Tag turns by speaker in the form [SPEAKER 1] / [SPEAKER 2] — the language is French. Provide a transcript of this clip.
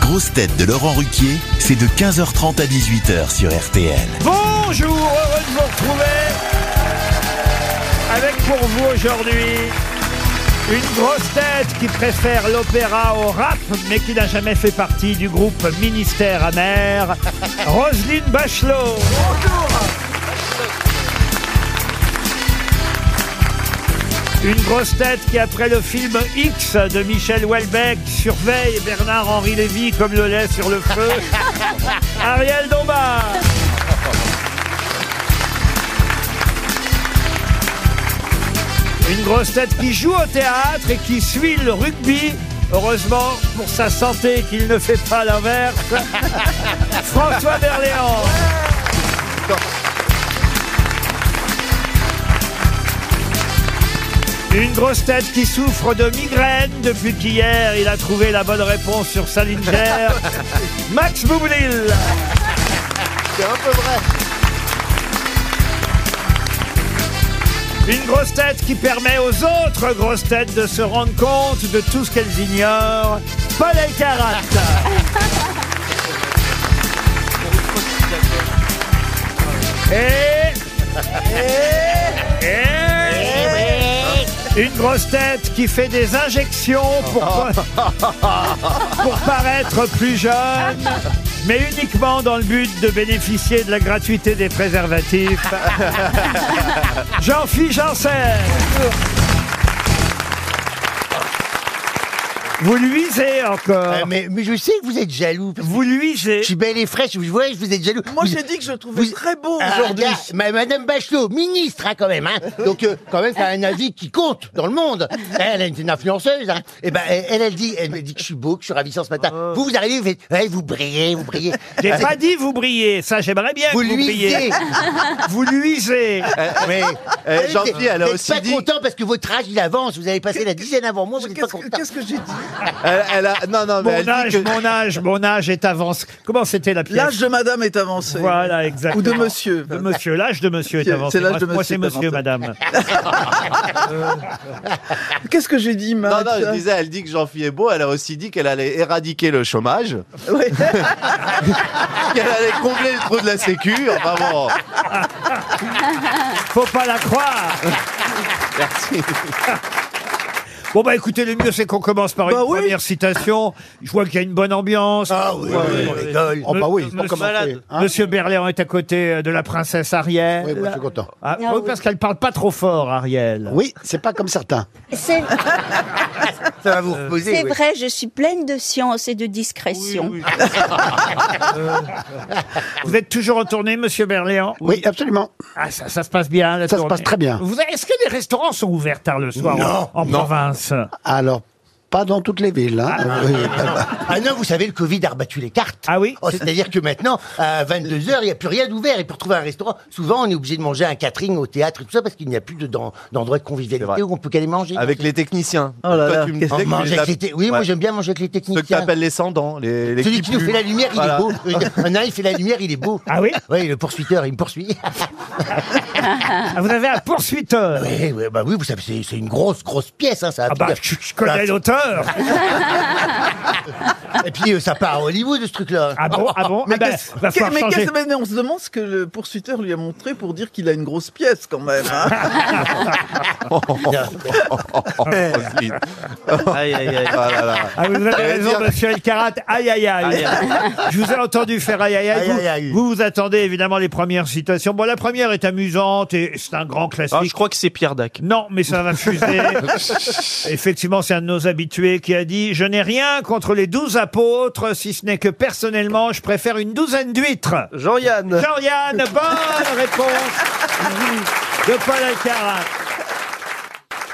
[SPEAKER 1] grosses têtes de Laurent Ruquier, c'est de 15h30 à 18h sur RTL.
[SPEAKER 2] Bonjour, heureux de vous retrouver avec pour vous aujourd'hui une grosse tête qui préfère l'opéra au rap, mais qui n'a jamais fait partie du groupe Ministère Amer, Roselyne Bachelot. Une grosse tête qui, après le film X de Michel Houellebecq, surveille Bernard-Henri Lévy comme le lait sur le feu, Ariel Dombard. Une grosse tête qui joue au théâtre et qui suit le rugby. Heureusement pour sa santé qu'il ne fait pas l'inverse. François Berléand. Une grosse tête qui souffre de migraine depuis qu'hier il a trouvé la bonne réponse sur Salinger. Max Boublil.
[SPEAKER 3] C'est un peu vrai.
[SPEAKER 2] Une grosse tête qui permet aux autres grosses têtes de se rendre compte de tout ce qu'elles ignorent. Paul Elkarat. Et... Et... Et... Une grosse tête qui fait des injections pour, pa- pour paraître plus jeune, mais uniquement dans le but de bénéficier de la gratuité des préservatifs. Jean-Philippe Janssen. Vous luisez encore.
[SPEAKER 4] Ah.
[SPEAKER 3] Euh, mais, mais je sais que vous êtes jaloux. parce que
[SPEAKER 2] Vous luisez.
[SPEAKER 3] Je suis belle et fraîche, vous voyez, vous êtes jaloux.
[SPEAKER 4] Moi,
[SPEAKER 3] Vous-
[SPEAKER 4] j'ai dit que je le trouvais
[SPEAKER 3] vous-
[SPEAKER 4] très beau
[SPEAKER 3] Ah,
[SPEAKER 4] aujourd'hui.
[SPEAKER 3] regarde, ma- Madame Bachelot, ministre, hein, quand même. Hein. Donc, euh, quand même, c'est un avis qui compte dans le monde. Elle est une influenceuse. Hein. Et ben, elle, elle, elle dit, elle me dit que je suis beau, que je suis ravissant ce matin.
[SPEAKER 4] Ah.
[SPEAKER 3] Vous, vous arrivez, vous faites, ouais, vous brillez, vous brillez.
[SPEAKER 2] J'ai pas dit vous brillez. Ça, j'aimerais bien
[SPEAKER 3] Vous
[SPEAKER 2] que vous
[SPEAKER 3] luisez.
[SPEAKER 2] brilliez. Vous luisez.
[SPEAKER 3] Mais
[SPEAKER 5] euh, Jean-Pierre, elle a
[SPEAKER 3] vous êtes
[SPEAKER 5] aussi
[SPEAKER 3] pas
[SPEAKER 5] dit-
[SPEAKER 3] content parce que votre âge il avance. Vous avez passé la dizaine avant moi. Vous n'êtes pas
[SPEAKER 4] Qu'est-ce que,
[SPEAKER 3] content.
[SPEAKER 4] qu'est-ce que j'ai dit
[SPEAKER 5] Elle, elle a, non, non, mais
[SPEAKER 2] Mon
[SPEAKER 5] elle
[SPEAKER 2] âge,
[SPEAKER 5] dit que...
[SPEAKER 2] mon âge, mon âge est avancé. Comment c'était la pièce
[SPEAKER 4] L'âge de madame est avancé.
[SPEAKER 2] Voilà, exactement.
[SPEAKER 4] Ou de monsieur.
[SPEAKER 2] De monsieur, l'âge de monsieur est
[SPEAKER 4] C'est-
[SPEAKER 2] avancé.
[SPEAKER 4] c'est l'âge
[SPEAKER 2] Moi,
[SPEAKER 4] de
[SPEAKER 2] Moi, c'est
[SPEAKER 4] monsieur qui
[SPEAKER 2] monsieur,
[SPEAKER 4] est
[SPEAKER 2] madame.
[SPEAKER 4] Qu'est-ce que j'ai dit,
[SPEAKER 5] Non,
[SPEAKER 4] Max
[SPEAKER 5] non, je disais, elle dit que Jean-Philippe est beau, elle a aussi dit qu'elle allait éradiquer le chômage,
[SPEAKER 4] Ouais.
[SPEAKER 5] qu'elle allait combler le trou de la sécu, enfin bon,
[SPEAKER 2] Faut pas la croire.
[SPEAKER 5] merci.
[SPEAKER 2] Bon, bah, écoutez, le mieux, c'est qu'on commence par
[SPEAKER 4] Bah
[SPEAKER 2] une
[SPEAKER 4] oui.
[SPEAKER 2] première citation. Je vois qu'il y a une bonne ambiance.
[SPEAKER 3] Ah oui, on rigole.
[SPEAKER 2] Me-
[SPEAKER 3] Faut
[SPEAKER 2] monsieur,
[SPEAKER 3] commencer, hein.
[SPEAKER 2] monsieur Berléand est à côté euh, de la princesse Ariel.
[SPEAKER 3] Oui, moi, je suis content.
[SPEAKER 2] Ah, oui, parce qu'elle parle pas trop fort, Ariel.
[SPEAKER 3] Oui, c'est pas comme certains.
[SPEAKER 6] C'est
[SPEAKER 3] Ça va vous reposer.
[SPEAKER 6] c'est
[SPEAKER 3] oui.
[SPEAKER 6] vrai, je suis pleine de science et de discrétion.
[SPEAKER 2] Vous êtes toujours en tournée, monsieur Berléand
[SPEAKER 7] Oui, absolument.
[SPEAKER 2] Ah, ça, ça se passe bien, la
[SPEAKER 7] Ça se
[SPEAKER 2] tournée.
[SPEAKER 7] passe très bien.
[SPEAKER 2] Vous avez- Est-ce que les restaurants sont ouverts tard le soir en, en province
[SPEAKER 7] Alors, pas dans toutes les villes. hein. Oui.
[SPEAKER 3] Ah non, vous savez, le Covid a rebattu les cartes.
[SPEAKER 2] Ah oui
[SPEAKER 3] Oh, C'est-à-dire que maintenant, à 22h, il n'y a plus rien d'ouvert. Et pour trouver un restaurant, souvent, on est obligé de manger un catering au théâtre et tout ça parce qu'il n'y a plus de- d'en- d'endroit de
[SPEAKER 5] C'est vrai.
[SPEAKER 3] convivialité où on peut qu'aller manger.
[SPEAKER 5] Avec les techniciens.
[SPEAKER 4] Oh là
[SPEAKER 5] Toi,
[SPEAKER 4] là,
[SPEAKER 5] tu me
[SPEAKER 4] qu'est-ce
[SPEAKER 5] disais
[SPEAKER 3] On
[SPEAKER 5] que
[SPEAKER 3] mange
[SPEAKER 5] tu les
[SPEAKER 3] avec
[SPEAKER 5] app-
[SPEAKER 3] les te- Oui, moi
[SPEAKER 5] Ouais.
[SPEAKER 3] j'aime bien manger avec les
[SPEAKER 5] Ceux que
[SPEAKER 3] techniciens.
[SPEAKER 5] t'appelles les sans-dents, les, les
[SPEAKER 3] Celui qui nous
[SPEAKER 5] puent.
[SPEAKER 3] fait la lumière, il
[SPEAKER 5] Voilà.
[SPEAKER 3] est beau. Il y en a un, il fait la lumière, il est beau.
[SPEAKER 2] Ah oui
[SPEAKER 3] Oui, le poursuiteur, il me poursuit.
[SPEAKER 2] Ah, Vous avez un poursuiteur
[SPEAKER 3] Oui, oui, bah oui, vous savez, c'est- c'est une grosse, grosse pièce. Hein, ça a
[SPEAKER 2] Ah
[SPEAKER 3] tout
[SPEAKER 2] bah,
[SPEAKER 3] bien.
[SPEAKER 2] je, je connais l'auteur
[SPEAKER 3] Et puis, euh, ça part à Hollywood, ce truc-là.
[SPEAKER 2] Ah bon, ah bon
[SPEAKER 4] Mais
[SPEAKER 2] Ah bah,
[SPEAKER 4] qu'est-ce
[SPEAKER 2] va
[SPEAKER 4] qu'est-
[SPEAKER 2] falloir
[SPEAKER 4] mais
[SPEAKER 2] changer.
[SPEAKER 4] qu'est-ce- mais on se demande ce que le poursuiteur lui a montré pour dire qu'il a une grosse pièce quand même. hein.
[SPEAKER 5] Roselyne. Oh là là.
[SPEAKER 2] Ah, vous avez raison, monsieur Elkarat. Aïe, aïe, aïe. Je vous ai entendu faire aïe, aïe, aïe.
[SPEAKER 3] Aïe,
[SPEAKER 2] Vous-
[SPEAKER 3] aïe, aïe.
[SPEAKER 2] Vous, vous attendez évidemment les premières citations. Bon, la première est amusante et c'est un grand classique.
[SPEAKER 8] Ah, je crois que c'est Pierre Dac.
[SPEAKER 2] Non, mais ça va fuser. Effectivement, c'est un de nos habitués qui a dit Je n'ai rien contre les douze apôtres, si ce n'est que personnellement, je préfère une douzaine d'huîtres.
[SPEAKER 4] Jean-Yann.
[SPEAKER 2] Jean-Yann, bonne réponse de Paul Alcarat.